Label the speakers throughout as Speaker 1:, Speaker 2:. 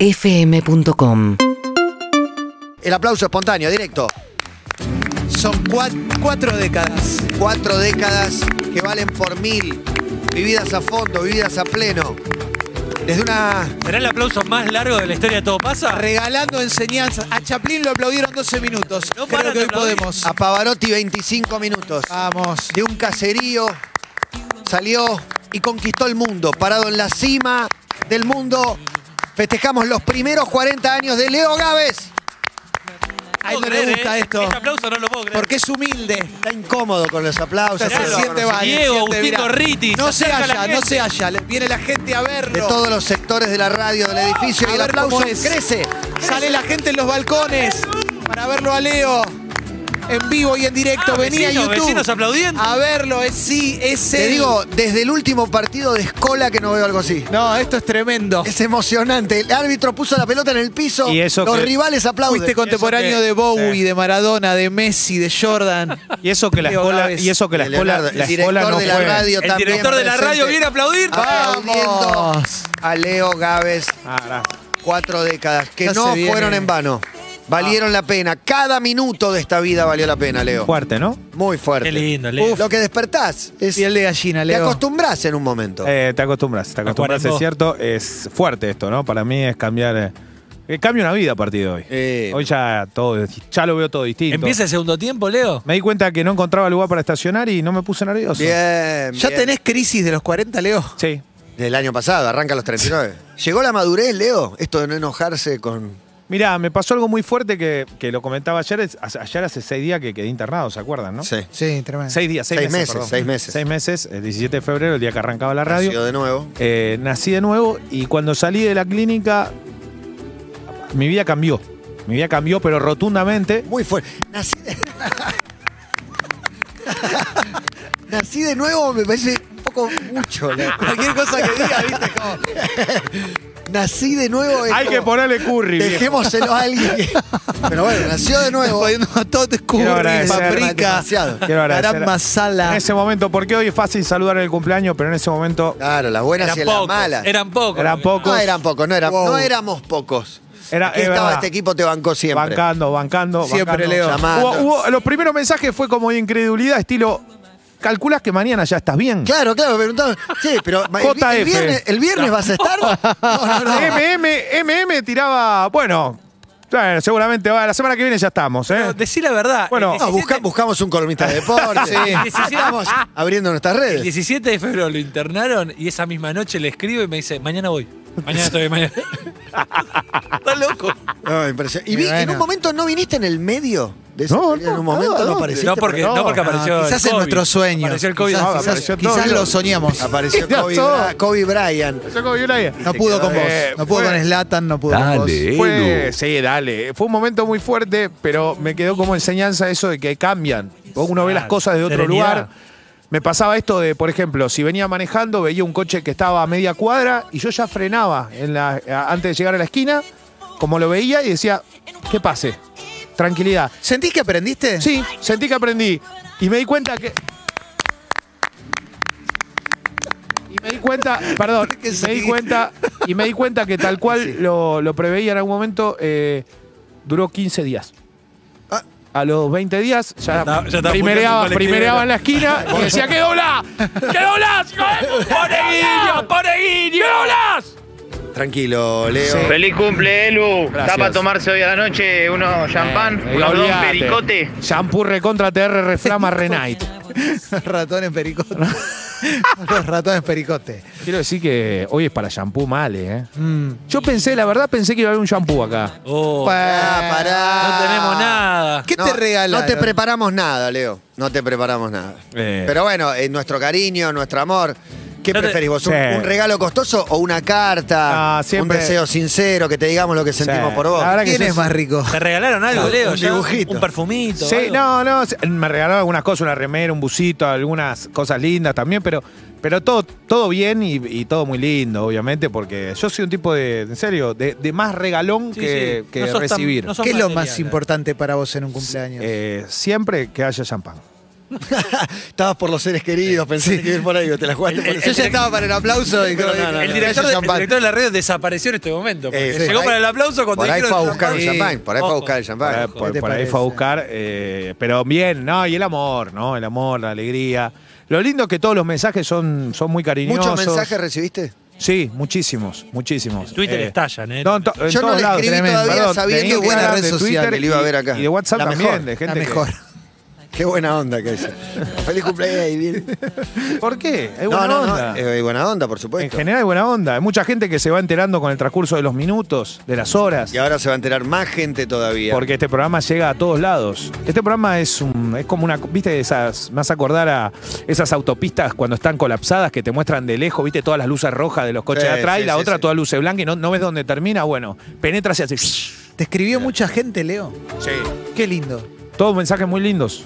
Speaker 1: urbanaplayfm.com
Speaker 2: El aplauso espontáneo, directo.
Speaker 3: Son cua- cuatro décadas.
Speaker 2: Cuatro décadas que valen por mil, vividas a fondo, vividas a pleno. Desde una.
Speaker 4: ¿Será el aplauso más largo de la historia de Todo Pasa?
Speaker 3: Regalando enseñanzas. A Chaplin lo aplaudieron 12 minutos.
Speaker 4: No
Speaker 3: Creo
Speaker 4: paran
Speaker 3: que
Speaker 4: de
Speaker 3: hoy
Speaker 4: aplaudir.
Speaker 3: podemos. Ah.
Speaker 2: A Pavarotti, 25 minutos.
Speaker 3: Vamos.
Speaker 2: De un caserío salió y conquistó el mundo. Parado en la cima del mundo, festejamos los primeros 40 años de Leo Gávez.
Speaker 3: A él
Speaker 4: puedo
Speaker 3: no le
Speaker 4: creer,
Speaker 3: gusta
Speaker 4: ¿eh?
Speaker 3: esto.
Speaker 4: Este aplauso no lo puedo creer.
Speaker 3: Porque es humilde.
Speaker 2: Está incómodo con los aplausos.
Speaker 3: Se
Speaker 4: Claro.
Speaker 2: con los
Speaker 3: siente
Speaker 2: reconocimientos.
Speaker 3: mal.
Speaker 4: Diego,
Speaker 3: siente
Speaker 4: Agustín
Speaker 3: viral.
Speaker 4: Gorriti, se
Speaker 3: No se
Speaker 4: acerca la
Speaker 3: halla, no
Speaker 4: gente.
Speaker 3: se halla. Le- Viene la gente a verlo.
Speaker 2: De todos los sectores de la radio, de la edificio
Speaker 3: A
Speaker 2: y el
Speaker 3: ver
Speaker 2: aplauso
Speaker 3: cómo es.
Speaker 2: crece.
Speaker 3: Sale la gente en los balcones para verlo a Leo. En vivo y en directo.
Speaker 4: Ah,
Speaker 3: Venía
Speaker 4: vecinos,
Speaker 3: a YouTube.
Speaker 4: vecinos
Speaker 5: Ah,
Speaker 4: aplaudiendo.
Speaker 3: A verlo. Es, sí, es
Speaker 2: Te
Speaker 3: él.
Speaker 2: digo, desde el último partido de escola que no veo algo así.
Speaker 3: No, esto es tremendo.
Speaker 2: Es emocionante. El árbitro puso la pelota en el piso.
Speaker 5: Y eso
Speaker 2: los
Speaker 5: que-
Speaker 2: rivales aplauden.
Speaker 3: Fuiste contemporáneo
Speaker 5: que-
Speaker 3: de Bowie,
Speaker 5: sí.
Speaker 3: de Maradona, de Messi, de Jordan.
Speaker 5: Y eso que la
Speaker 3: Leo
Speaker 5: escuela,
Speaker 3: Gávez.
Speaker 5: y eso que la
Speaker 2: De
Speaker 5: escuela,
Speaker 2: Leonardo,
Speaker 5: la
Speaker 2: el
Speaker 5: escuela
Speaker 2: director
Speaker 5: no
Speaker 2: de la
Speaker 5: fue.
Speaker 2: radio
Speaker 4: el
Speaker 2: también
Speaker 4: director de la
Speaker 2: presente.
Speaker 4: radio viene a aplaudir.
Speaker 2: aplaudiendo
Speaker 3: Vamos.
Speaker 2: a Leo Gávez. Cuatro décadas que
Speaker 3: Ya
Speaker 2: no
Speaker 3: se viene.
Speaker 2: fueron en vano. Valieron la pena. Cada minuto de esta vida valió la pena, Leo.
Speaker 5: Fuerte, ¿no?
Speaker 2: Muy fuerte.
Speaker 4: Qué lindo, Leo.
Speaker 2: Uf, lo que despertás es.
Speaker 3: Piel de gallina,
Speaker 2: Te
Speaker 3: Leo.
Speaker 2: acostumbrás en un momento.
Speaker 5: Eh, te acostumbras, te acostumbras,
Speaker 4: Acuarengo.
Speaker 5: es cierto. Es fuerte esto, ¿no? Para mí es cambiar. eh, eh, cambia una vida a partir de hoy.
Speaker 2: Eh.
Speaker 5: Hoy ya todo, ya lo veo todo distinto.
Speaker 4: ¿Empieza el segundo tiempo, Leo?
Speaker 5: Me di cuenta que no encontraba lugar para estacionar y no me puse nervioso.
Speaker 2: Bien.
Speaker 3: ¿Ya
Speaker 2: bien.
Speaker 3: tenés crisis de los 40, Leo?
Speaker 5: Sí.
Speaker 2: Del año pasado, arranca a los 39. ¿Llegó la madurez, Leo? Esto de no enojarse con.
Speaker 5: Mirá, me pasó algo muy fuerte que, que lo comentaba ayer. es- a- Ayer hace seis días que quedé internado, ¿se acuerdan, no?
Speaker 2: Sí.
Speaker 3: Sí, tremendo.
Speaker 5: Seis días, seis,
Speaker 2: Seis meses,
Speaker 5: meses. perdón.
Speaker 2: seis meses.
Speaker 5: Seis meses, el 17 de febrero, el día que arrancaba la radio.
Speaker 2: Nació de nuevo.
Speaker 5: Eh, nací de nuevo y cuando salí de la clínica, mi vida cambió. Mi vida cambió, pero rotundamente.
Speaker 2: Muy fuerte. Nací de... Nací de nuevo me parece un poco mucho. Leo.
Speaker 3: Cualquier cosa que diga, viste, como...
Speaker 2: Nací de nuevo. es
Speaker 5: Hay que
Speaker 2: como-
Speaker 5: ponerle curry. viejo.
Speaker 2: Dejémoselo a alguien. que- Pero bueno, nació de nuevo.
Speaker 3: Poniendo a todo de curry,
Speaker 5: Quiero agradecer.
Speaker 3: paprika,
Speaker 2: Demasiado.
Speaker 5: Quiero agradecer.
Speaker 3: garam masala.
Speaker 5: En ese momento, porque hoy es fácil saludar en el cumpleaños, pero en ese momento
Speaker 2: Claro, las buenas y
Speaker 4: Eran
Speaker 2: las
Speaker 4: pocos.
Speaker 2: malas.
Speaker 4: Eran pocos.
Speaker 5: eran pocos.
Speaker 2: No eran pocos, no, era-
Speaker 3: Wow.
Speaker 2: no éramos pocos.
Speaker 5: Era-
Speaker 2: Aquí
Speaker 5: es
Speaker 2: estaba
Speaker 5: verdad.
Speaker 2: este equipo, te bancó siempre.
Speaker 5: Bancando, bancando.
Speaker 3: Siempre,
Speaker 5: bancando.
Speaker 3: Leo.
Speaker 2: Llamando.
Speaker 5: Hubo- hubo- los primeros mensajes fue como de incredulidad, estilo. Calculas que mañana ya estás bien.
Speaker 2: Claro, claro, me preguntaban, sí, pero el, vi-
Speaker 5: JF.
Speaker 2: el viernes, ¿el viernes vas a estar? No, no, no.
Speaker 5: MM, MM tiraba. Bueno, bueno, seguramente va. La semana que viene ya estamos, ¿eh?
Speaker 4: Pero Decí la verdad.
Speaker 5: Bueno.
Speaker 4: el
Speaker 2: No,
Speaker 4: 17
Speaker 2: busca- buscamos un columnista de deporte. Ah, Estamos abriendo nuestras
Speaker 4: El
Speaker 2: redes.
Speaker 4: 17 de febrero lo internaron y esa misma noche le escribo y me dice, mañana voy. Mañana estoy, mañana. Está loco.
Speaker 2: No, impresionante. Y vi,
Speaker 3: Y bueno.
Speaker 2: en un momento no viniste en el medio. De ese-
Speaker 5: No,
Speaker 2: en
Speaker 5: no,
Speaker 2: un momento
Speaker 5: no,
Speaker 2: no
Speaker 5: no.
Speaker 2: apareciste.
Speaker 4: No porque, no porque
Speaker 5: no.
Speaker 4: apareció
Speaker 3: Ah,
Speaker 4: el
Speaker 3: quizás en
Speaker 4: COVID.
Speaker 3: nuestros sueños.
Speaker 4: Apareció el COVID.
Speaker 3: Quizás,
Speaker 5: No,
Speaker 3: quizás-
Speaker 5: apareció
Speaker 3: quizás
Speaker 5: todo.
Speaker 3: lo soñíamos.
Speaker 2: Apareció
Speaker 5: No,
Speaker 2: Kobe,
Speaker 5: todo.
Speaker 2: Bryant, Kobe Bryant.
Speaker 5: Yo como vi una idea.
Speaker 3: No pudo con vos.
Speaker 5: Eh,
Speaker 3: No pudo
Speaker 5: fue-
Speaker 3: con Slatan, no pudo con vos.
Speaker 6: Dale,
Speaker 5: Fue,
Speaker 6: Edu.
Speaker 5: sí, dale. Fue un momento muy fuerte, pero me quedó como enseñanza eso de que cambian. Uno ve las cosas de otro
Speaker 4: Serenidad.
Speaker 5: lugar. Me pasaba esto de, por ejemplo, si venía manejando, veía un coche que estaba a media cuadra y yo ya frenaba en la- a- antes de llegar a la esquina, como lo veía, y decía, que pase, tranquilidad.
Speaker 3: ¿Sentís que aprendiste?
Speaker 5: Sí, sentí que aprendí. Y me di cuenta que. Y me di cuenta, perdón,
Speaker 3: que
Speaker 5: me di
Speaker 3: sí.
Speaker 5: cuenta, y me di cuenta que tal cual lo, lo preveía en algún momento, eh, duró 15 días.
Speaker 2: Ah.
Speaker 5: A los 20 días ya,
Speaker 4: está- ya está apuntando
Speaker 5: primereaba,
Speaker 4: un colectivo.
Speaker 5: primereaba en la esquina y decía, ¡que dobla! eh! ¡Que doblas! hijo de puta!
Speaker 4: ¡Pone guiño! ¡Pone guiño!
Speaker 2: Tranquilo, Leo.
Speaker 5: Sí.
Speaker 7: Feliz cumple, Elu.
Speaker 5: Gracias.
Speaker 7: Está para tomarse hoy a la noche uno champán,
Speaker 5: Eh,
Speaker 7: unos don
Speaker 5: olvídate.
Speaker 7: pericote.
Speaker 5: Shampoo recontra TR reflama Renite.
Speaker 3: ratones pericote. Los ratones pericote.
Speaker 5: Quiero decir que hoy es para shampoo mal, ¿eh? Yo pensé, la verdad pensé que iba a haber un shampoo acá.
Speaker 4: Oh,
Speaker 2: Ah, pará.
Speaker 4: no tenemos nada.
Speaker 3: ¿Qué te regalaron?
Speaker 2: No te preparamos nada, Leo. No te preparamos nada.
Speaker 5: Eh.
Speaker 2: Pero bueno, eh, nuestro cariño, nuestro amor. ¿Qué
Speaker 4: No te-
Speaker 2: preferís vos? ¿Un,
Speaker 5: Sí.
Speaker 2: un regalo costoso o una carta?
Speaker 5: Ah, siempre-
Speaker 2: Un deseo sincero, que te digamos lo que sentimos
Speaker 5: Sí.
Speaker 2: por vos.
Speaker 5: La verdad que
Speaker 3: ¿Quién
Speaker 5: sos-
Speaker 3: es más rico?
Speaker 4: ¿Te regalaron algo, Leo?
Speaker 2: un
Speaker 4: ¿Ya?
Speaker 2: dibujito.
Speaker 4: Un perfumito.
Speaker 5: Sí,
Speaker 4: algo?
Speaker 5: no, no, se- me regalaron algunas cosas, una remera, un busito, algunas cosas lindas también, pero, pero todo, todo bien y, y todo muy lindo, obviamente, porque yo soy un tipo de, en serio, de, de más regalón
Speaker 4: Sí,
Speaker 5: que,
Speaker 4: sí.
Speaker 5: que
Speaker 4: No sos tan-
Speaker 5: recibir.
Speaker 4: no sos
Speaker 3: ¿Qué es lo
Speaker 4: material,
Speaker 3: más
Speaker 4: eh.
Speaker 3: importante para vos en un cumpleaños?
Speaker 5: Eh, siempre que haya champán.
Speaker 2: Estabas por los seres queridos, pensé que ir por ahí, te la jugaste por
Speaker 1: Yo ya estaba para el aplauso y
Speaker 2: Pero no, no,
Speaker 4: El
Speaker 2: no.
Speaker 4: director, de,
Speaker 1: Gracias,
Speaker 4: el
Speaker 1: champán.
Speaker 4: director de la red desapareció en este momento. porque
Speaker 2: Eh, sí.
Speaker 4: llegó
Speaker 2: Por
Speaker 4: para
Speaker 2: ahí-
Speaker 4: el aplauso cuando
Speaker 2: Por ahí
Speaker 4: dijeron
Speaker 2: fue a buscar un
Speaker 4: champán.
Speaker 2: champán, por ahí fue a
Speaker 4: Ojo.
Speaker 2: buscar el
Speaker 5: Por ahí,
Speaker 2: champán.
Speaker 5: por-
Speaker 2: ¿Qué te
Speaker 5: por ahí
Speaker 2: parece?
Speaker 5: fue a buscar, eh, pero bien, ¿no? Y el amor, ¿no? El amor, la alegría. Lo lindo es que todos los mensajes son, son muy cariñosos.
Speaker 2: ¿Muchos mensajes recibiste?
Speaker 5: Sí, muchísimos, muchísimos.
Speaker 4: Twitter estallan, ¿eh?
Speaker 5: no, en to- en
Speaker 2: Yo no
Speaker 5: todos
Speaker 2: le
Speaker 5: lados.
Speaker 2: escribí todavía sabiendo
Speaker 5: de
Speaker 2: que era
Speaker 5: Instagram,
Speaker 2: red
Speaker 5: de
Speaker 2: social,
Speaker 5: Twitter
Speaker 2: que le iba a
Speaker 5: y-
Speaker 2: ver acá.
Speaker 5: Y de WhatsApp
Speaker 2: La
Speaker 5: también,
Speaker 2: mejor,
Speaker 5: de gente.
Speaker 2: la
Speaker 5: que-
Speaker 2: mejor. Qué buena onda que es. Feliz cumpleaños, David.
Speaker 5: ¿Por qué? Hay
Speaker 2: No,
Speaker 5: buena
Speaker 2: no,
Speaker 5: onda.
Speaker 2: no. eh, buena onda, por
Speaker 5: en
Speaker 2: supuesto.
Speaker 5: general hay buena onda. Hay mucha gente que se va enterando con el transcurso de los minutos, de las horas.
Speaker 2: Y ahora se va a enterar más gente todavía.
Speaker 5: Porque este programa llega a todos lados. Este programa es un, es como una, viste esas, me hace acordar a esas autopistas cuando están colapsadas que te muestran de lejos, viste todas las luces rojas de los coches
Speaker 2: Sí,
Speaker 5: de atrás
Speaker 2: sí,
Speaker 5: y la
Speaker 2: sí,
Speaker 5: otra
Speaker 2: sí.
Speaker 5: toda luces blancas y no, no ves dónde termina. Bueno, penetras y haces. Sí.
Speaker 3: Te escribió mucha gente, Leo. Qué lindo.
Speaker 5: Todos mensajes muy lindos.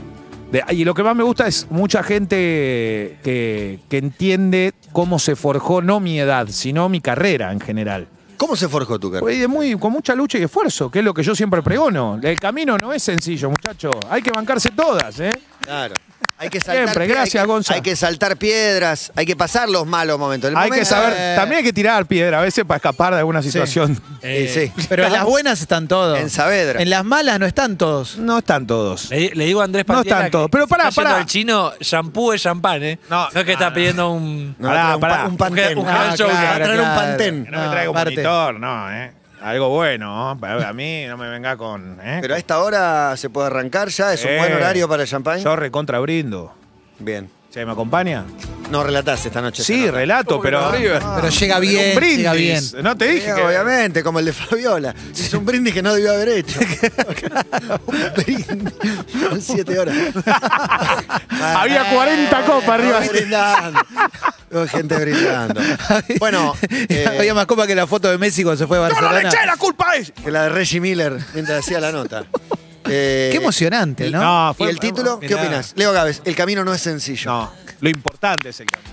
Speaker 5: De- y lo que más me gusta es mucha gente que, que entiende cómo se forjó no mi edad, sino mi carrera en general.
Speaker 2: ¿Cómo se forjó tu carrera?
Speaker 5: Pues de muy, con mucha lucha y esfuerzo, que es lo que yo siempre pregono. El camino no es sencillo, muchachos. Hay que bancarse todas, ¿eh?
Speaker 2: Claro. Hay que saltar
Speaker 5: Siempre,
Speaker 2: pie- hay
Speaker 5: gracias,
Speaker 2: que-
Speaker 5: Gonza.
Speaker 2: Hay que saltar piedras, hay que pasar los malos momentos. El
Speaker 5: Hay que
Speaker 2: momento-
Speaker 5: saber, también hay que tirar piedra a veces para escapar de alguna situación.
Speaker 2: Eh, sí, sí.
Speaker 3: Pero en las buenas están todos.
Speaker 2: En Saavedra.
Speaker 3: En las malas no están todos.
Speaker 5: No están todos.
Speaker 4: Le, le digo a Andrés
Speaker 5: No
Speaker 4: Pantiela
Speaker 5: tanto,
Speaker 4: que
Speaker 5: pero
Speaker 4: si
Speaker 5: pará,
Speaker 4: está yendo
Speaker 5: pará.
Speaker 4: al chino, shampoo es champán, ¿eh?
Speaker 5: No, Ah.
Speaker 4: No, es que está pidiendo un...
Speaker 2: No,
Speaker 5: Pará,
Speaker 2: trae un pa-
Speaker 5: pará. Ah,
Speaker 2: Un pantén.
Speaker 4: Un- un gran show,
Speaker 2: Va a traer un
Speaker 3: claro.
Speaker 2: pantén.
Speaker 3: No, aparte.
Speaker 5: no, ¿eh? Algo bueno, ¿no? para a mí no me venga con. ¿eh?
Speaker 2: Pero a esta hora se puede arrancar ya, es un
Speaker 5: Eh,
Speaker 2: buen horario para el champán.
Speaker 5: Yo recontra brindo.
Speaker 2: Bien.
Speaker 5: ¿Se me acompaña?
Speaker 2: No relatás esta noche.
Speaker 5: Sí,
Speaker 2: esta nota.
Speaker 5: relato, pero.
Speaker 3: Pero llega bien,
Speaker 5: Un brindis.
Speaker 3: llega bien.
Speaker 5: No te dije.
Speaker 2: Sí,
Speaker 5: que-
Speaker 2: obviamente, como el de Fabiola. Es un brindis que no debió haber hecho. un brindis. Son siete horas.
Speaker 5: Había
Speaker 3: Eh.
Speaker 5: 40 copas arriba.
Speaker 2: Estaba brindando. Hubo gente brindando. Bueno, eh,
Speaker 3: Había más copa que la foto de Messi cuando se fue a
Speaker 5: ¡No
Speaker 3: Barcelona.
Speaker 5: le eché la culpa a ella!
Speaker 2: que la de Reggie Miller mientras hacía la nota. Eh,
Speaker 3: Qué emocionante, ¿no?
Speaker 5: No,
Speaker 2: ¿Y
Speaker 5: Ah, fue-
Speaker 2: el título? ¿Qué
Speaker 4: Mirá.
Speaker 2: opinas? Leo Gávez, el camino no es sencillo.
Speaker 5: No, lo importante es el camino.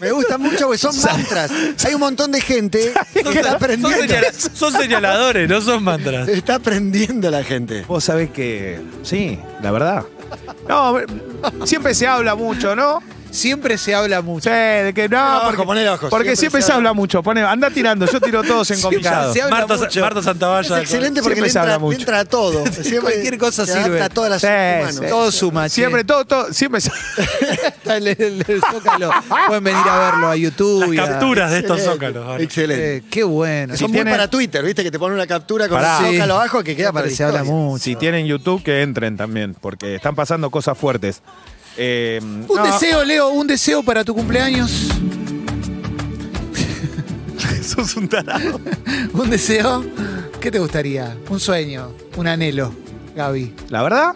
Speaker 2: Me gustan mucho, porque son mantras. Hay un montón de gente que está
Speaker 4: Son,
Speaker 2: aprendiendo.
Speaker 4: señala- son señaladores, no son mantras.
Speaker 2: Está aprendiendo la gente.
Speaker 5: Vos sabés que. Sí, la verdad. No, siempre se habla mucho, ¿no?
Speaker 3: Siempre se habla mucho.
Speaker 5: Sí, de que no,
Speaker 2: abajo,
Speaker 5: porque,
Speaker 2: ponele abajo.
Speaker 5: porque siempre, se habla mucho. Pone, anda tirando, yo tiro todos en complicado.
Speaker 3: se habla
Speaker 4: Marta,
Speaker 3: mucho.
Speaker 4: Marta Santavalla.
Speaker 2: Es excelente porque
Speaker 5: Siempre
Speaker 2: le
Speaker 5: se
Speaker 2: entra,
Speaker 5: habla
Speaker 2: le
Speaker 5: mucho.
Speaker 2: entra a todo. Siempre
Speaker 3: Cualquier cosa
Speaker 2: se adapta
Speaker 3: sirve.
Speaker 2: a todas las
Speaker 5: Sí,
Speaker 2: humanas.
Speaker 5: sí.
Speaker 3: Todo suma, che.
Speaker 5: Siempre, todo, todo, siempre se-
Speaker 3: Está el- el- el Zócalo. Pueden venir a verlo a
Speaker 4: Las
Speaker 3: YouTube. y a-
Speaker 4: capturas de estos zócalos. ahora.
Speaker 2: Excelente.
Speaker 3: Eh, qué bueno.
Speaker 2: Son muy
Speaker 5: tiene-
Speaker 2: para Twitter, ¿viste? Que te ponen una captura con
Speaker 5: Pará.
Speaker 2: el
Speaker 5: Sí.
Speaker 2: zócalo abajo que queda para
Speaker 3: Siempre
Speaker 2: la
Speaker 3: se habla
Speaker 2: historia.
Speaker 3: mucho.
Speaker 5: Si tienen YouTube, que entren también, porque están pasando cosas fuertes. Eh,
Speaker 3: Un
Speaker 5: no,
Speaker 3: deseo, Leo, un deseo para tu cumpleaños.
Speaker 5: Sos un tarado.
Speaker 3: Un deseo. ¿Qué te gustaría? Un sueño, un anhelo, Gaby.
Speaker 5: ¿La verdad?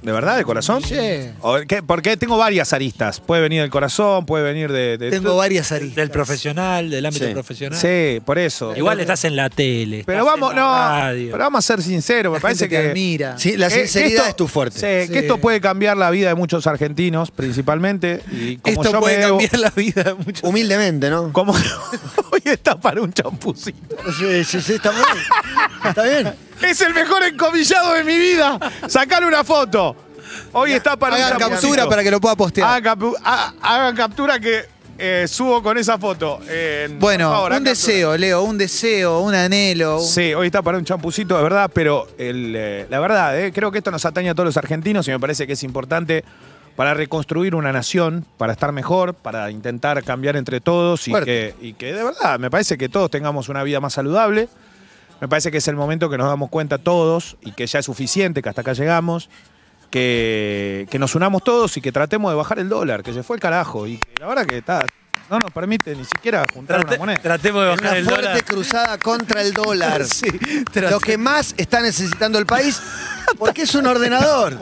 Speaker 5: ¿De verdad? ¿De corazón?
Speaker 3: Che.
Speaker 5: O- ¿qué? Porque tengo varias aristas. Puede venir del corazón, puede venir de. de-
Speaker 3: Tengo varias aristas.
Speaker 4: Del profesional, del ámbito
Speaker 2: Sí.
Speaker 4: profesional.
Speaker 5: Sí, por eso.
Speaker 4: Igual estás en la tele.
Speaker 5: Pero
Speaker 4: estás
Speaker 5: vamos,
Speaker 4: en la
Speaker 5: no.
Speaker 4: radio.
Speaker 5: Pero vamos a ser sinceros, me
Speaker 3: La
Speaker 5: parece
Speaker 3: gente te
Speaker 5: que.
Speaker 3: admira.
Speaker 2: Sí, la
Speaker 5: que- que
Speaker 2: sinceridad
Speaker 5: Eh, esto-
Speaker 2: es tu fuerte.
Speaker 5: sí, que
Speaker 3: Sí.
Speaker 5: esto puede cambiar la vida de muchos argentinos, principalmente. Y como
Speaker 3: Esto
Speaker 5: yo
Speaker 3: puede
Speaker 5: me debo-
Speaker 3: cambiar la vida de muchos.
Speaker 2: Humildemente, ¿no?
Speaker 5: como hoy está para un champucito.
Speaker 2: Sí, sí, sí, está bien. Está bien.
Speaker 5: Es el mejor encomillado de mi vida. Sacar una foto. Hoy está para
Speaker 3: Hagan
Speaker 5: un champucito.
Speaker 3: captura para que lo pueda postear.
Speaker 5: Hagan, capu- ha- hagan captura que eh, subo con esa foto. Eh,
Speaker 3: bueno,
Speaker 5: por favor,
Speaker 3: un
Speaker 5: hagan captura.
Speaker 3: deseo, Leo, un deseo, un anhelo. un-
Speaker 5: Sí, hoy está para un champucito, de verdad, pero el, eh, la verdad, eh, creo que esto nos atañe a todos los argentinos y me parece que es importante para reconstruir una nación, para estar mejor, para intentar cambiar entre todos y que,
Speaker 2: Fuerte.
Speaker 5: y que de verdad me parece que todos tengamos una vida más saludable. Me parece que es el momento que nos damos cuenta todos y que ya es suficiente, que hasta acá llegamos, que, que nos unamos todos y que tratemos de bajar el dólar, que se fue el carajo y que la verdad que está, no nos permite ni siquiera juntar
Speaker 4: Trate-
Speaker 5: una moneda.
Speaker 4: tratemos de bajar
Speaker 2: Una
Speaker 4: el
Speaker 2: fuerte
Speaker 4: dólar.
Speaker 2: cruzada contra el dólar.
Speaker 3: Sí, trate-
Speaker 2: Lo que más está necesitando el país, porque es un ordenador.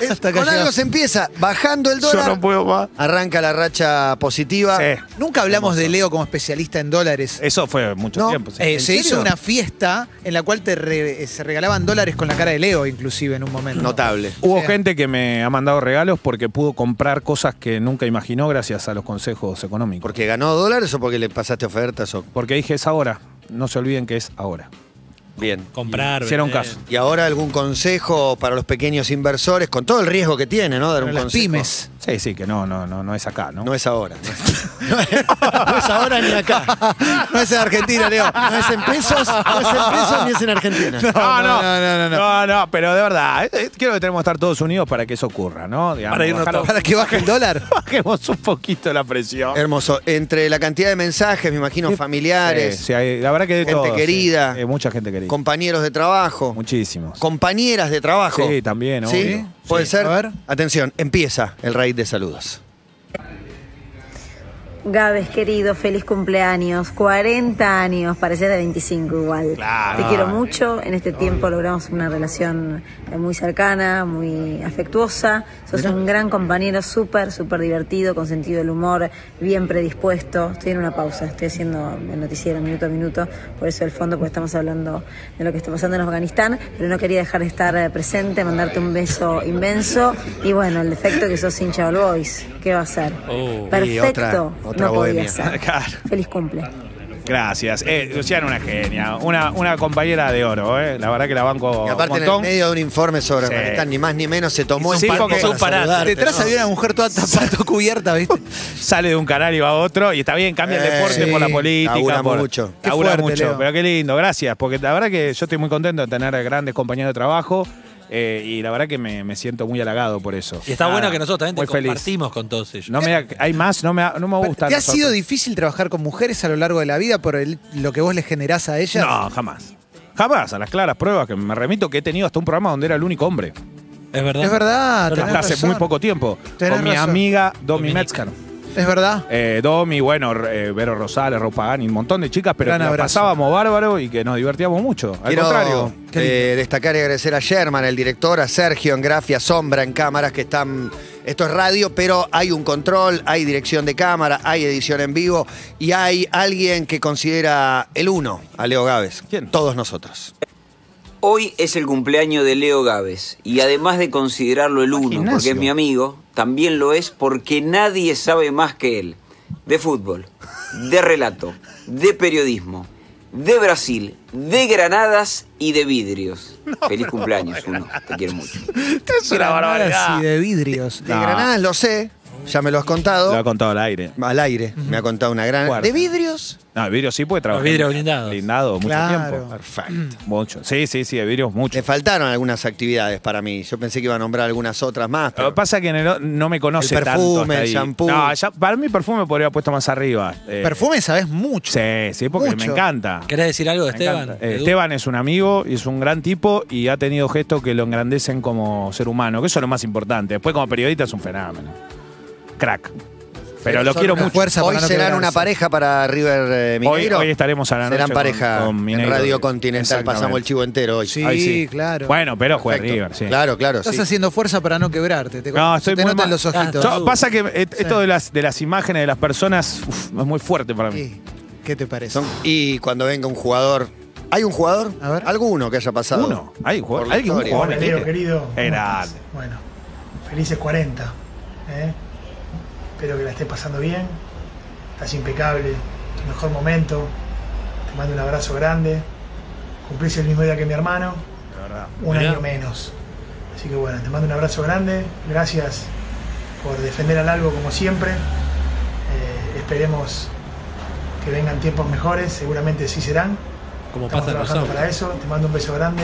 Speaker 2: Es-
Speaker 3: Hasta acá
Speaker 2: con algo
Speaker 3: llegamos.
Speaker 2: se empieza, bajando el
Speaker 5: Yo
Speaker 2: dólar,
Speaker 5: no puedo más.
Speaker 2: arranca la racha positiva.
Speaker 5: Sí.
Speaker 3: Nunca hablamos de Leo como especialista en dólares.
Speaker 5: Eso fue Eh, mucho
Speaker 2: No,
Speaker 5: tiempo. sí.
Speaker 3: Eh,
Speaker 2: ¿en
Speaker 3: se hizo
Speaker 2: serio?
Speaker 3: una fiesta en la cual te re- eh, se regalaban dólares con la cara de Leo, inclusive en un momento.
Speaker 2: Notable.
Speaker 5: Hubo
Speaker 3: sea.
Speaker 5: gente que me ha mandado regalos porque pudo comprar cosas que nunca imaginó gracias a los consejos económicos.
Speaker 2: ¿Porque ganó dólares o porque le pasaste ofertas? O...
Speaker 5: Porque dije, es ahora. No se olviden que es ahora.
Speaker 2: Bien.
Speaker 4: Comprar.
Speaker 5: Hicieron
Speaker 4: vender.
Speaker 5: caso.
Speaker 2: ¿Y ahora algún consejo para los pequeños inversores? Con todo el riesgo que tiene, ¿no? Dar un
Speaker 3: las
Speaker 2: consejo.
Speaker 3: pymes.
Speaker 5: Sí, sí, que no, no, no, no es acá, ¿no?
Speaker 2: No es ahora. No es, no es ahora ni acá.
Speaker 3: No es en Argentina, Leo.
Speaker 2: No es en pesos, no es en pesos ni es en Argentina.
Speaker 5: No,
Speaker 3: no,
Speaker 5: no,
Speaker 3: no, no, no.
Speaker 5: no, pero de verdad, eh, eh, creo que tenemos que estar todos unidos para que eso ocurra, ¿no? Digamos,
Speaker 4: Para irnos
Speaker 5: bajar-
Speaker 4: todos.
Speaker 3: Para que baje el dólar.
Speaker 5: Bajemos un poquito la presión.
Speaker 2: Hermoso. Entre la cantidad de mensajes, me imagino, familiares,
Speaker 5: Sí, sí, hay- la verdad que de
Speaker 2: Gente
Speaker 5: todo, sí.
Speaker 2: querida.
Speaker 5: Eh, mucha gente querida.
Speaker 2: compañeros de trabajo,
Speaker 5: Muchísimos.
Speaker 2: compañeras de trabajo.
Speaker 5: Sí, también, obvio.
Speaker 2: ¿Sí? Puede
Speaker 3: Sí.
Speaker 2: ser.
Speaker 3: A ver.
Speaker 2: Atención, empieza el raid de saludos.
Speaker 1: Gabes, querido, feliz cumpleaños. 40 años, pareces de 25 igual.
Speaker 5: Claro.
Speaker 1: Te quiero mucho. En este tiempo logramos una relación eh, muy cercana, muy afectuosa. Sos un gran compañero, súper, súper divertido, con sentido del humor, bien predispuesto. Estoy en una pausa, estoy haciendo el noticiero minuto a minuto, por eso el fondo, porque estamos hablando de lo que está pasando en Afganistán, pero no quería dejar de estar eh, presente, mandarte un beso inmenso. Y bueno, el defecto que sos hincha All Boys, ¿qué va a ser?
Speaker 4: Oh.
Speaker 2: Y otra-
Speaker 1: Perfecto,
Speaker 2: otra
Speaker 1: no podía
Speaker 2: bohemia.
Speaker 1: ser.
Speaker 5: Claro.
Speaker 1: Feliz cumple.
Speaker 5: Gracias. Eh, Luciana, una genia. Una, una compañera de oro, ¿eh? La verdad que la banco
Speaker 2: Y aparte,
Speaker 5: un
Speaker 2: en el
Speaker 5: montón.
Speaker 2: medio de un informe sobre
Speaker 5: Sí.
Speaker 2: Afganistán, ni más ni menos, se tomó
Speaker 5: Sí,
Speaker 2: el tiempo
Speaker 5: porque-
Speaker 2: para
Speaker 4: son paradas.
Speaker 2: saludarte,
Speaker 3: Detrás
Speaker 2: ¿no?
Speaker 3: había una mujer toda tapada, toda cubierta, ¿viste?
Speaker 5: Sale de un canal y va a otro. Y está bien, cambia el
Speaker 2: Eh,
Speaker 5: deporte
Speaker 2: sí.
Speaker 5: por la política.
Speaker 2: Labura
Speaker 5: por-
Speaker 2: mucho.
Speaker 3: Qué
Speaker 5: Labura
Speaker 3: fuerte,
Speaker 5: mucho.
Speaker 3: Leo.
Speaker 5: Pero qué lindo, gracias. Porque la verdad que yo estoy muy contento de tener grandes compañeros de trabajo. eh, y la verdad que me, me siento muy halagado por eso.
Speaker 4: Y está
Speaker 5: Nada,
Speaker 4: bueno que nosotros también te
Speaker 5: muy feliz.
Speaker 4: compartimos con todos ellos.
Speaker 5: No me, da- hay más, no me, da- no me gusta.
Speaker 3: ¿Te ha sido difícil trabajar con mujeres a lo largo de la vida por el- lo que vos les generás a ellas?
Speaker 5: No, jamás. Jamás, a las claras pruebas que me remito que he tenido hasta un programa donde era el único hombre.
Speaker 4: Es verdad.
Speaker 3: Es verdad,
Speaker 4: No, no,
Speaker 3: tenés
Speaker 5: hasta hace
Speaker 3: razón.
Speaker 5: muy poco tiempo.
Speaker 3: Tenés
Speaker 5: con mi
Speaker 3: razón.
Speaker 5: amiga Domi
Speaker 4: Dominica.
Speaker 5: Metzger.
Speaker 3: Es verdad.
Speaker 5: Eh, Domi, bueno, eh, Vero Rosales, Ropa Pagani, un montón de chicas, pero
Speaker 3: Gran
Speaker 5: que la
Speaker 3: abrazo.
Speaker 5: pasábamos bárbaro y que nos divertíamos mucho. Al
Speaker 2: Quiero
Speaker 5: contrario.
Speaker 2: eh, destacar y agradecer a Sherman, el director, a Sergio en Grafia, Sombra en cámaras que están. Esto es radio, pero hay un control, hay dirección de cámara, hay edición en vivo y hay alguien que considera el uno a Leo Gávez.
Speaker 5: ¿Quién?
Speaker 2: Todos nosotros.
Speaker 6: Hoy es el cumpleaños de Leo Gávez y además de considerarlo el uno,
Speaker 5: Gimnasio.
Speaker 6: porque es mi amigo, también lo es porque nadie sabe más que él de fútbol, de relato, de periodismo, de Brasil, de granadas y de vidrios. Feliz cumpleaños, uno. Te quiero mucho.
Speaker 5: es una barbaridad.
Speaker 3: y de vidrios.
Speaker 2: De
Speaker 5: No.
Speaker 2: Granadas lo sé, ya me lo has contado.
Speaker 5: Ah. Lo ha contado al aire.
Speaker 2: al aire, me ha contado una gran.
Speaker 5: Cuarta.
Speaker 2: ¿De vidrios?
Speaker 5: No, el vidrio sí puede trabajar.
Speaker 4: vidrios blindados.
Speaker 5: Blindado, mucho
Speaker 3: Claro. Mm.
Speaker 5: tiempo.
Speaker 2: Perfecto.
Speaker 5: Mucho. Sí, sí, sí, de vidrios mucho.
Speaker 2: Le faltaron algunas actividades para mí. Yo pensé que iba a nombrar algunas otras más.
Speaker 5: Lo
Speaker 2: pero-
Speaker 5: que pasa es que en el o- no me conoce
Speaker 2: El
Speaker 5: tanto
Speaker 2: perfume,
Speaker 5: hasta
Speaker 2: el
Speaker 5: ahí.
Speaker 2: shampoo.
Speaker 5: No, ya- para mí perfume podría haber puesto más arriba. Eh,
Speaker 3: Perfume sabes mucho.
Speaker 5: Sí, sí, porque me
Speaker 3: Mucho.
Speaker 5: encanta.
Speaker 4: ¿Querés decir algo de
Speaker 5: Me
Speaker 4: Esteban?
Speaker 5: encanta. Eh,
Speaker 4: Edu?
Speaker 5: Esteban es un amigo y es un gran tipo y ha tenido gestos que lo engrandecen como ser humano, que eso es lo más importante. Después como periodista es un fenómeno. Crack. Pero, lo
Speaker 2: son
Speaker 5: quiero
Speaker 2: una
Speaker 5: mucho.
Speaker 3: fuerza
Speaker 2: Hoy
Speaker 3: para no
Speaker 2: serán
Speaker 3: quebrarse.
Speaker 2: una pareja para River eh,
Speaker 5: Hoy,
Speaker 2: Mineiro.
Speaker 5: hoy estaremos a la noche
Speaker 2: Serán
Speaker 5: con-
Speaker 2: pareja
Speaker 5: con
Speaker 2: en
Speaker 5: Mineiro.
Speaker 2: Radio Continental.
Speaker 5: Exactamente.
Speaker 2: Pasamos el chivo entero hoy.
Speaker 3: Sí,
Speaker 5: Ay, sí.
Speaker 3: claro.
Speaker 5: Bueno, pero juega
Speaker 2: Perfecto.
Speaker 5: River, sí.
Speaker 2: Claro, claro.
Speaker 3: Estás
Speaker 2: sí.
Speaker 3: haciendo fuerza para no quebrarte. Te,
Speaker 5: No,
Speaker 3: se
Speaker 5: estoy
Speaker 3: te
Speaker 5: muy
Speaker 3: notan
Speaker 5: mal. Ah,
Speaker 3: los ojitos.
Speaker 5: Yo- pasa que eh, esto de las, de las imágenes de las personas uf, es muy fuerte para mí.
Speaker 3: Sí. ¿Qué te parece?
Speaker 2: Son- y cuando venga un jugador. ¿Hay un jugador?
Speaker 3: A ver.
Speaker 2: ¿Alguno que haya pasado?
Speaker 5: Uno. Hay un
Speaker 2: Por
Speaker 5: jugador.
Speaker 2: la
Speaker 5: Alguien un
Speaker 2: historia.
Speaker 5: jugador.
Speaker 8: Hola, Leo,
Speaker 5: ¿viste?
Speaker 8: querido. ¿Cómo
Speaker 5: Era-
Speaker 8: estás? Bueno, felices 40. ¿eh? Espero que la estés pasando bien. Estás impecable. Tu mejor momento. Te mando un abrazo grande. Cumplís el mismo día que mi hermano. Un
Speaker 4: Mirá.
Speaker 8: año menos. Así que bueno, te mando un abrazo grande. Gracias por defender al algo como siempre. Eh, esperemos que vengan tiempos mejores. Seguramente sí serán.
Speaker 4: Como
Speaker 8: Estamos
Speaker 4: pasa en los
Speaker 8: trabajando para
Speaker 4: hombres.
Speaker 8: eso. Te mando un beso grande.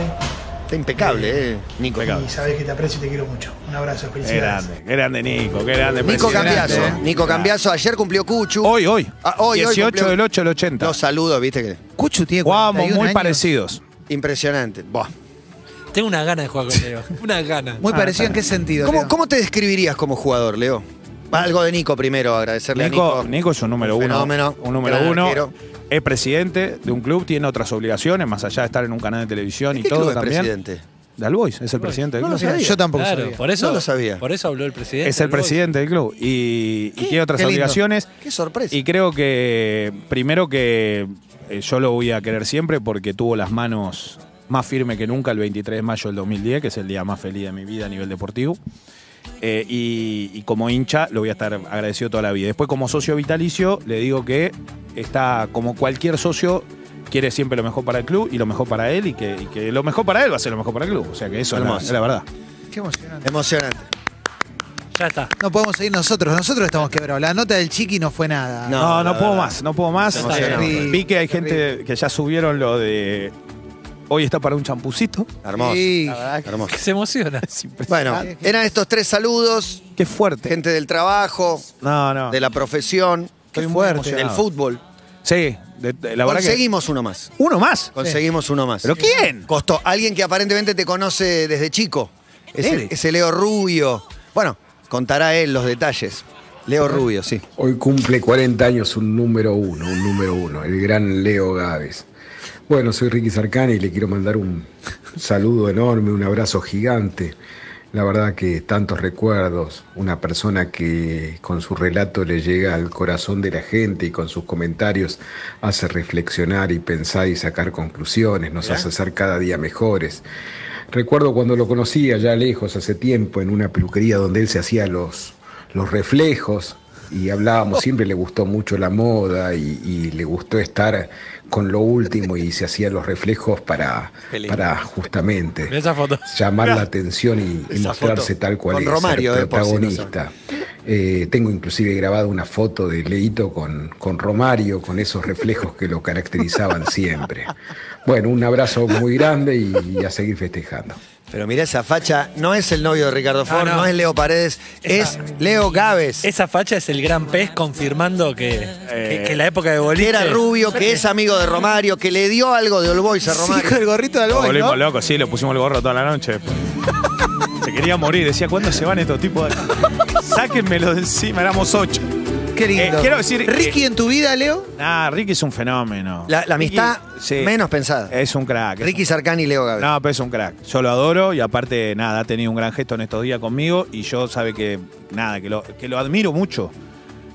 Speaker 2: Está impecable, ¿eh? Nico.
Speaker 8: Y sabés que te aprecio y te quiero mucho. Un abrazo,
Speaker 5: Qué
Speaker 8: felicidades.
Speaker 5: grande, qué grande Nico, qué grande.
Speaker 2: Nico
Speaker 5: presidente.
Speaker 2: Cambiazo.
Speaker 5: Eh.
Speaker 2: Nico Cambiazo. Ayer cumplió Cuchu.
Speaker 5: Hoy, hoy.
Speaker 2: Ah, hoy, hoy
Speaker 5: 18
Speaker 2: cumplió-
Speaker 5: del 8 del 80.
Speaker 2: Los saludos, viste que.
Speaker 3: Cuchu tiene
Speaker 5: Jugamos
Speaker 3: 41
Speaker 5: muy
Speaker 3: años.
Speaker 5: parecidos.
Speaker 2: Impresionante. Buah.
Speaker 4: Tengo una gana de jugar con Leo. Una gana.
Speaker 3: Muy
Speaker 5: Ah,
Speaker 3: parecido en
Speaker 5: está.
Speaker 3: qué sentido.
Speaker 2: ¿Cómo,
Speaker 3: Leo?
Speaker 2: cómo te describirías como jugador, Leo? Algo de Nico primero, agradecerle a
Speaker 5: Nico,
Speaker 2: Nico.
Speaker 5: Nico es un número
Speaker 2: Un
Speaker 5: uno.
Speaker 2: fenómeno,
Speaker 5: un número
Speaker 2: gran
Speaker 5: uno.
Speaker 2: arquero.
Speaker 5: Es presidente de un club, tiene otras obligaciones, más allá de estar en un canal de televisión y
Speaker 2: ¿Qué club
Speaker 5: todo
Speaker 2: es
Speaker 5: también.
Speaker 2: presidente?
Speaker 5: De Albois, es el presidente del
Speaker 3: No lo
Speaker 5: club.
Speaker 3: sabía. Yo tampoco
Speaker 4: Claro,
Speaker 3: sabía.
Speaker 4: por eso.
Speaker 2: No lo sabía.
Speaker 4: Por eso habló el presidente.
Speaker 5: Es el
Speaker 4: Luego-
Speaker 5: presidente del club. Y, y tiene otras
Speaker 3: Qué lindo.
Speaker 5: obligaciones.
Speaker 2: Qué sorpresa.
Speaker 5: Y creo que, primero que eh, yo lo voy a querer siempre porque tuvo las manos más firme que nunca el 23 de mayo del 2010, que es el día más feliz de mi vida a nivel deportivo. Eh, y, y como hincha lo voy a estar agradecido toda la vida. Después como socio vitalicio le digo que está como cualquier socio quiere siempre lo mejor para el club y lo mejor para él y que, y que lo mejor para él va a ser lo mejor para el club. O sea que eso es la,
Speaker 2: Hermoso.
Speaker 5: es la verdad.
Speaker 9: Qué emocionante.
Speaker 2: Emocionante.
Speaker 4: Ya está.
Speaker 9: Eh, No podemos seguir nosotros, nosotros estamos quebrados. La nota del chiqui no fue nada.
Speaker 2: No,
Speaker 5: No, no
Speaker 2: la
Speaker 5: puedo
Speaker 2: verdad.
Speaker 5: más, no puedo más.
Speaker 2: Está bien.
Speaker 5: Eh, Vi que hay gente que ya subieron lo de hoy está para un champucito.
Speaker 2: Hermoso.
Speaker 9: Sí.
Speaker 2: Hermoso.
Speaker 4: Se emociona.
Speaker 2: Bueno, eran estos tres saludos.
Speaker 5: Qué fuerte.
Speaker 2: Gente del trabajo,
Speaker 5: No, no.
Speaker 2: de la profesión,
Speaker 9: Qué
Speaker 5: Estoy muy
Speaker 9: fuerte.
Speaker 5: emocionado.
Speaker 2: del fútbol.
Speaker 5: Sí, de- de- la verdad que
Speaker 2: Conseguimos uno más.
Speaker 5: uno más.
Speaker 2: Conseguimos uno más.
Speaker 5: ¿Pero quién?
Speaker 2: Costó. Alguien que aparentemente te conoce desde chico. Ese,
Speaker 5: Él.
Speaker 2: ese Leo Rubio. Bueno, contará él los detalles. Leo Rubio, sí.
Speaker 10: Hoy cumple 40 años un número uno, un número uno, el gran Leo Gávez. Bueno, soy Ricky Sarcani y le quiero mandar un saludo enorme, un abrazo gigante. La verdad que tantos recuerdos, una persona que con su relato le llega al corazón de la gente y con sus comentarios hace reflexionar y pensar y sacar conclusiones, nos hace ser cada día mejores. Recuerdo cuando lo conocí allá lejos, hace tiempo, en una peluquería donde él se hacía los, los reflejos y
Speaker 4: Oh.
Speaker 10: hablábamos, siempre le gustó mucho la moda y, y le gustó estar con lo último y se hacía los reflejos para, para justamente
Speaker 4: Mirá esa foto.
Speaker 10: llamar la atención y, y
Speaker 2: Esa
Speaker 10: mostrarse
Speaker 2: foto
Speaker 10: tal cual
Speaker 2: con
Speaker 10: es,
Speaker 2: Romario,
Speaker 10: ser
Speaker 2: eh, por si no
Speaker 10: protagonista. Eh, tengo inclusive grabada una foto de Leito con, con Romario, con esos reflejos que lo caracterizaban siempre. Bueno, un abrazo muy grande y, y a seguir festejando.
Speaker 2: Pero mirá esa facha. No es el novio de
Speaker 5: Ah,
Speaker 2: Ricardo Ford, no,
Speaker 4: no.
Speaker 2: es Leo Paredes, es Leo Gávez.
Speaker 4: Esa facha es el gran pez confirmando que, que, que la época de
Speaker 2: que
Speaker 4: Bolívar
Speaker 2: era rubio, que es amigo de Romario, que le dio algo de All Boys a
Speaker 9: Sí,
Speaker 2: Romario.
Speaker 9: con el gorrito del
Speaker 5: Lo
Speaker 9: boy,
Speaker 5: volvimos
Speaker 9: ¿no?
Speaker 5: locos, sí, le pusimos el gorro toda la noche. Se quería morir, decía, ¿cuándo se van estos tipos? de acá? Sáquenmelo de encima, éramos ocho.
Speaker 9: Qué lindo.
Speaker 5: Eh, quiero decir-
Speaker 9: Ricky en tu vida, Leo.
Speaker 5: Ah, Ricky es un fenómeno.
Speaker 2: La, la
Speaker 5: Ricky,
Speaker 2: amistad
Speaker 5: sí,
Speaker 2: menos pensada.
Speaker 5: Es un crack. es
Speaker 2: Ricky Sarcani y Leo Gávez.
Speaker 5: No, pero es un crack. Yo lo adoro y aparte, nada, ha tenido un gran gesto en estos días conmigo y yo sabe que, nada, que lo, que lo admiro mucho.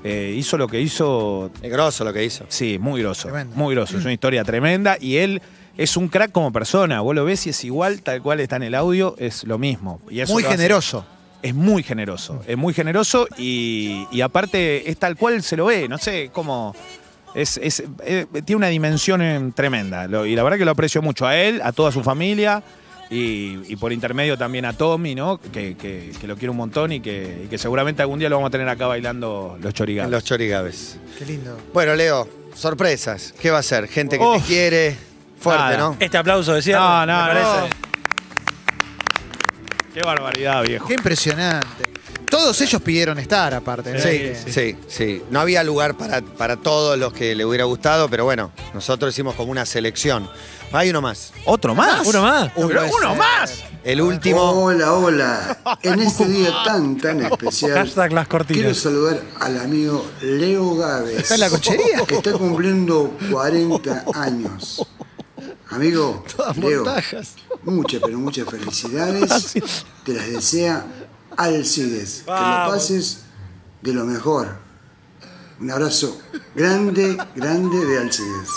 Speaker 5: Eh, hizo lo que hizo,
Speaker 2: Es grosso lo que hizo.
Speaker 5: sí, muy groso,
Speaker 9: Tremendo.
Speaker 5: muy groso. Es una historia tremenda y él es un crack como persona. Vos lo ves y es igual, tal cual está en el audio, es lo mismo. Y eso
Speaker 9: Muy
Speaker 5: lo hace-
Speaker 9: generoso.
Speaker 5: es muy generoso, es muy generoso y, y aparte es tal cual se lo ve, no sé cómo. Es, es- eh, tiene una dimensión eh, tremenda lo- y la verdad que lo aprecio mucho a él, a toda su familia y, y por intermedio también a Tommy, ¿no? que, que- que lo quiero un montón y que, y que seguramente algún día lo vamos a tener acá bailando los chorigados.
Speaker 2: En los Chorigaves.
Speaker 9: Qué lindo.
Speaker 2: Bueno, Leo, sorpresas. ¿Qué va a ser? Gente que te
Speaker 5: Uf.
Speaker 2: quiere. Fuerte,
Speaker 5: Nada. Eh,
Speaker 2: ¿no?
Speaker 4: Este aplauso decía.
Speaker 5: No, no,
Speaker 4: me parece.
Speaker 5: no. Qué barbaridad, viejo.
Speaker 9: Qué impresionante. Todos ellos pidieron estar, aparte. ¿no?
Speaker 2: Sí,
Speaker 5: eh,
Speaker 2: sí, sí. No había lugar para, para todos los que le hubiera gustado, pero bueno, nosotros hicimos como una selección. Hay uno más.
Speaker 5: ¿Otro más?
Speaker 4: Uno más.
Speaker 5: Pero
Speaker 2: puede
Speaker 5: uno
Speaker 2: ser.
Speaker 5: más.
Speaker 2: El último.
Speaker 11: Hola, hola. En este día tan, tan especial,
Speaker 4: Hashtag las
Speaker 11: quiero
Speaker 4: cortinas.
Speaker 11: saludar al amigo Leo Gávez.
Speaker 9: ¿Está en la cochería?
Speaker 11: Que está cumpliendo 40 años. Amigo, Leo, muchas, pero muchas felicidades. Te las desea Alcides. Que lo
Speaker 4: Vamos.
Speaker 11: pases de lo mejor. Un abrazo grande, grande de Alcides.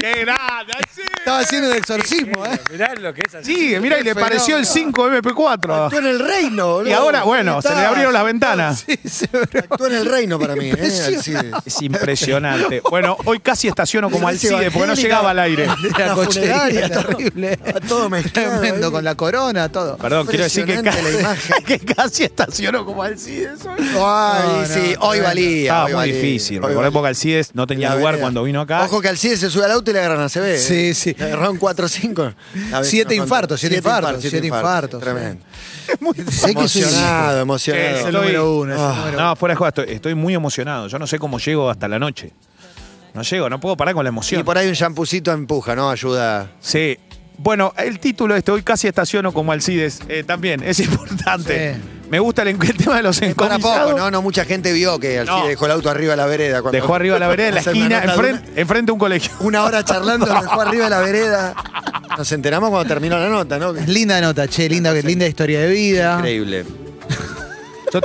Speaker 5: Qué grande. sí.
Speaker 9: Estaba haciendo un exorcismo, ¿eh?
Speaker 4: Mirá lo que es así.
Speaker 5: Sigue, mira, y le pareció el 5 MP4.
Speaker 2: en el reino,
Speaker 5: Y ahora, bueno, se le abrieron las ventanas.
Speaker 2: Actuó en el reino para mí, ¿eh? Alcides.
Speaker 5: Es impresionante. Bueno, hoy casi estaciono como
Speaker 9: Parece
Speaker 5: Alcide porque no
Speaker 9: evangélica.
Speaker 5: llegaba al aire.
Speaker 9: La cochería, terrible.
Speaker 2: Todo mezclado,
Speaker 9: Tremendo,
Speaker 2: ahí.
Speaker 9: con la corona, todo.
Speaker 5: Perdón, quiero decir que,
Speaker 2: Impresionante la
Speaker 5: ca-
Speaker 2: imagen.
Speaker 5: que casi estaciono como Alcides. hoy.
Speaker 2: Ay,
Speaker 9: No, no,
Speaker 2: sí, hoy
Speaker 9: tremendo.
Speaker 2: valía.
Speaker 5: Estaba
Speaker 2: hoy
Speaker 5: Ah, muy
Speaker 2: valía,
Speaker 5: difícil.
Speaker 2: hoy
Speaker 5: Recordemos que
Speaker 2: valía.
Speaker 5: Alcides no tenía
Speaker 2: La
Speaker 5: lugar
Speaker 2: vereda.
Speaker 5: cuando vino acá.
Speaker 2: Ojo que Alcides se sube al auto y le agarran a CB.
Speaker 9: Sí, sí.
Speaker 2: Le agarraron 4 o 5.
Speaker 9: Siete infartos, siete infartos, siete infartos.
Speaker 2: Tremendo.
Speaker 9: Sé que soy
Speaker 2: emocionado,
Speaker 5: Sí,
Speaker 2: emocionado.
Speaker 9: es
Speaker 5: se
Speaker 9: el
Speaker 5: lo
Speaker 9: número
Speaker 5: vi.
Speaker 9: uno, es el
Speaker 5: Ah.
Speaker 9: número
Speaker 5: No, fuera de joda, estoy, estoy muy emocionado. Yo no sé cómo llego hasta la noche. No llego, no puedo parar con la
Speaker 2: Y
Speaker 5: emoción.
Speaker 2: por ahí un champucito empuja, ¿no? Ayuda.
Speaker 5: Sí. Bueno, el título de este hoy casi estaciono como Alcides eh, también es importante.
Speaker 9: Sí.
Speaker 5: Me gusta el, el tema de los
Speaker 2: Para
Speaker 5: encomisados.
Speaker 2: poco, ¿no? No, mucha gente vio que Alcides
Speaker 5: No.
Speaker 2: dejó el auto arriba de la vereda. cuando-
Speaker 5: Dejó arriba la vereda en la
Speaker 2: Hacer una
Speaker 5: esquina,
Speaker 2: nota de
Speaker 5: enfrente, enfrente a un colegio.
Speaker 2: una- Una hora charlando, lo dejó arriba de la vereda. Nos enteramos cuando terminó la nota, ¿no?
Speaker 9: Es linda nota, che, linda, linda historia de vida.
Speaker 2: Increíble.
Speaker 5: Yo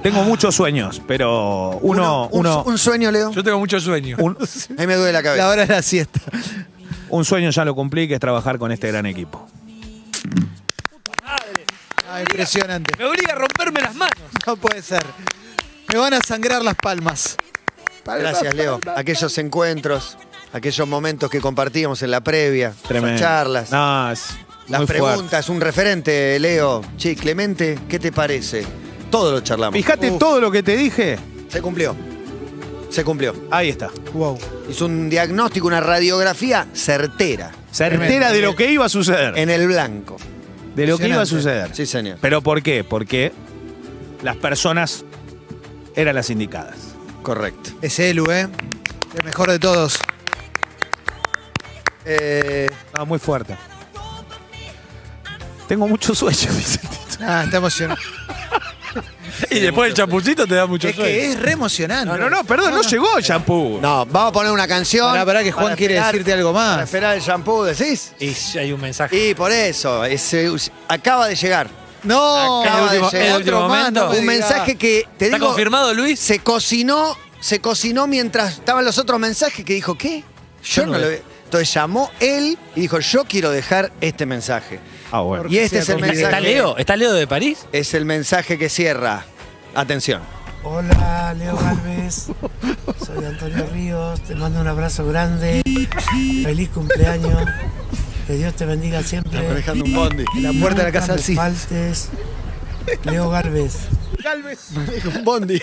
Speaker 5: tengo muchos sueños, pero uno,
Speaker 2: un,
Speaker 5: uno,
Speaker 2: un sueño, Leo.
Speaker 4: Yo tengo mucho sueño.
Speaker 5: un,
Speaker 2: A mí me duele la cabeza.
Speaker 9: La hora de la siesta.
Speaker 5: un sueño ya lo cumplí, que es trabajar con este gran equipo.
Speaker 9: Ah, impresionante.
Speaker 4: Me obliga a romperme las manos.
Speaker 9: No puede ser. Me van a sangrar las palmas.
Speaker 2: Gracias, Leo. Aquellos encuentros, aquellos momentos que compartíamos en la previa, esas
Speaker 5: Tremendo.
Speaker 2: charlas,
Speaker 5: No, es
Speaker 2: las
Speaker 5: muy fuerte.
Speaker 2: preguntas, un referente, Leo. Che, Clemente, ¿qué te parece? Todo lo charlamos.
Speaker 5: Fijate
Speaker 2: Uf,
Speaker 5: todo lo que te dije.
Speaker 2: Se cumplió. Se cumplió.
Speaker 5: Ahí está.
Speaker 9: Wow.
Speaker 2: Hizo un diagnóstico, una radiografía certera.
Speaker 5: Certera de lo que iba a suceder.
Speaker 2: En el blanco.
Speaker 5: De lo que iba a
Speaker 2: Impresionante.
Speaker 5: suceder.
Speaker 2: Sí, señor.
Speaker 5: ¿Pero por qué? Porque las personas eran las indicadas.
Speaker 2: Correcto.
Speaker 9: Es Elu, ¿eh? El mejor de todos.
Speaker 2: Eh,
Speaker 5: Estaba muy fuerte. Tengo mucho sueño, Vicentito.
Speaker 9: Ah, está emocionado.
Speaker 4: Y después el chapucito te da mucho
Speaker 9: es que
Speaker 4: sueño.
Speaker 9: es re emocionante.
Speaker 5: No, no, no, perdón, no llegó el shampoo.
Speaker 2: no, vamos a poner una canción.
Speaker 9: Pará, pará, que Juan
Speaker 2: para
Speaker 9: quiere decirte algo más.
Speaker 2: Para esperar el shampoo, ¿decís?
Speaker 4: Y si hay un mensaje.
Speaker 2: Y por eso, ese- acaba de llegar.
Speaker 9: No,
Speaker 2: Acaba
Speaker 4: el último-
Speaker 2: de llegar.
Speaker 4: el último
Speaker 9: otro más,
Speaker 4: momento.
Speaker 9: no me
Speaker 2: un
Speaker 9: digas.
Speaker 2: mensaje que te
Speaker 4: ¿Está
Speaker 2: digo.
Speaker 4: confirmado, Luis?
Speaker 2: Se cocinó, se cocinó mientras estaban los otros mensajes que dijo, ¿qué? Yo
Speaker 5: no
Speaker 2: no lo
Speaker 5: lo-
Speaker 2: veo. Entonces llamó él y dijo, yo quiero dejar este mensaje.
Speaker 5: Ah, bueno.
Speaker 2: Y este es el
Speaker 4: ¿Está,
Speaker 2: mensaje.
Speaker 4: está Leo? ¿Está Leo de París?
Speaker 2: Es el mensaje que cierra. Atención.
Speaker 8: Hola, Leo Galvez. Soy Antonio Ríos. Te mando un abrazo grande. Feliz cumpleaños. Que Dios te bendiga siempre.
Speaker 2: un bondi.
Speaker 9: La puerta de la casa
Speaker 8: Nunca me
Speaker 9: sí.
Speaker 8: faltes. Leo Galvez.
Speaker 2: Un bondi.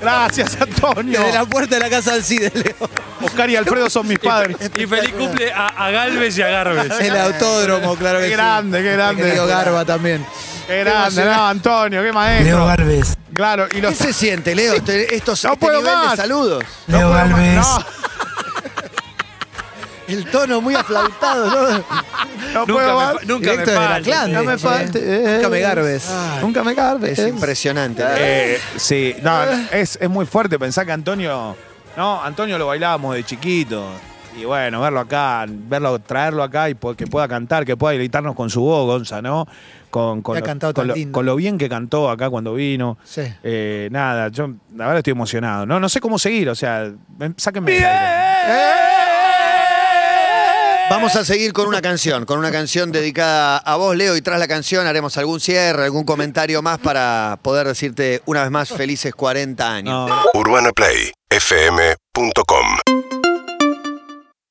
Speaker 5: Gracias, Antonio.
Speaker 9: Desde la puerta de la casa al CIDE, Leo.
Speaker 5: Oscar y Alfredo son mis padres.
Speaker 4: Y feliz cumple a, a Galvez y a Garbes.
Speaker 9: El autódromo, claro que
Speaker 5: Qué
Speaker 9: sí.
Speaker 5: grande, qué grande.
Speaker 9: Leo Garba también.
Speaker 5: Qué grande, no, Antonio, qué
Speaker 8: Leo
Speaker 5: maestro.
Speaker 8: Galvez.
Speaker 5: Claro, y
Speaker 2: ¿Qué
Speaker 5: los.
Speaker 2: se siente, Leo? Este- Estos
Speaker 5: No
Speaker 2: este
Speaker 5: puedo
Speaker 2: nivel de
Speaker 5: más.
Speaker 2: saludos.
Speaker 8: Leo Galvez.
Speaker 5: No,
Speaker 2: El tono muy aflautado, ¿no?
Speaker 5: no
Speaker 4: Nunca
Speaker 5: puedo
Speaker 4: me
Speaker 5: más.
Speaker 4: fa- nunca me
Speaker 9: Directo desde la
Speaker 4: faltes.
Speaker 9: clan.
Speaker 5: No me
Speaker 9: Sí.
Speaker 5: falte. eh.
Speaker 9: Nunca me garbes.
Speaker 5: Nunca me garbes.
Speaker 2: Es impresionante.
Speaker 5: Eh, sí, no, es, es muy fuerte pensar que Antonio. No, Antonio lo bailábamos de chiquito. Y bueno, verlo acá, verlo, traerlo acá y po- que pueda cantar, que pueda deleitarnos con su voz, Gonza, ¿no? Con, con
Speaker 9: Que ha
Speaker 5: lo,
Speaker 9: cantado
Speaker 5: con
Speaker 9: tan
Speaker 5: lo-
Speaker 9: lindo.
Speaker 5: con lo bien que cantó acá cuando vino.
Speaker 9: Sí.
Speaker 5: Eh, nada, yo la verdad estoy emocionado. No, no sé cómo seguir, o sea, ven, sáquenme. del aire.
Speaker 2: Vamos a seguir con una canción, con una canción dedicada a vos, Leo, y tras la canción haremos algún cierre, algún comentario más para poder decirte una vez más felices 40 años.
Speaker 5: No.
Speaker 12: UrbanaPlayFM.com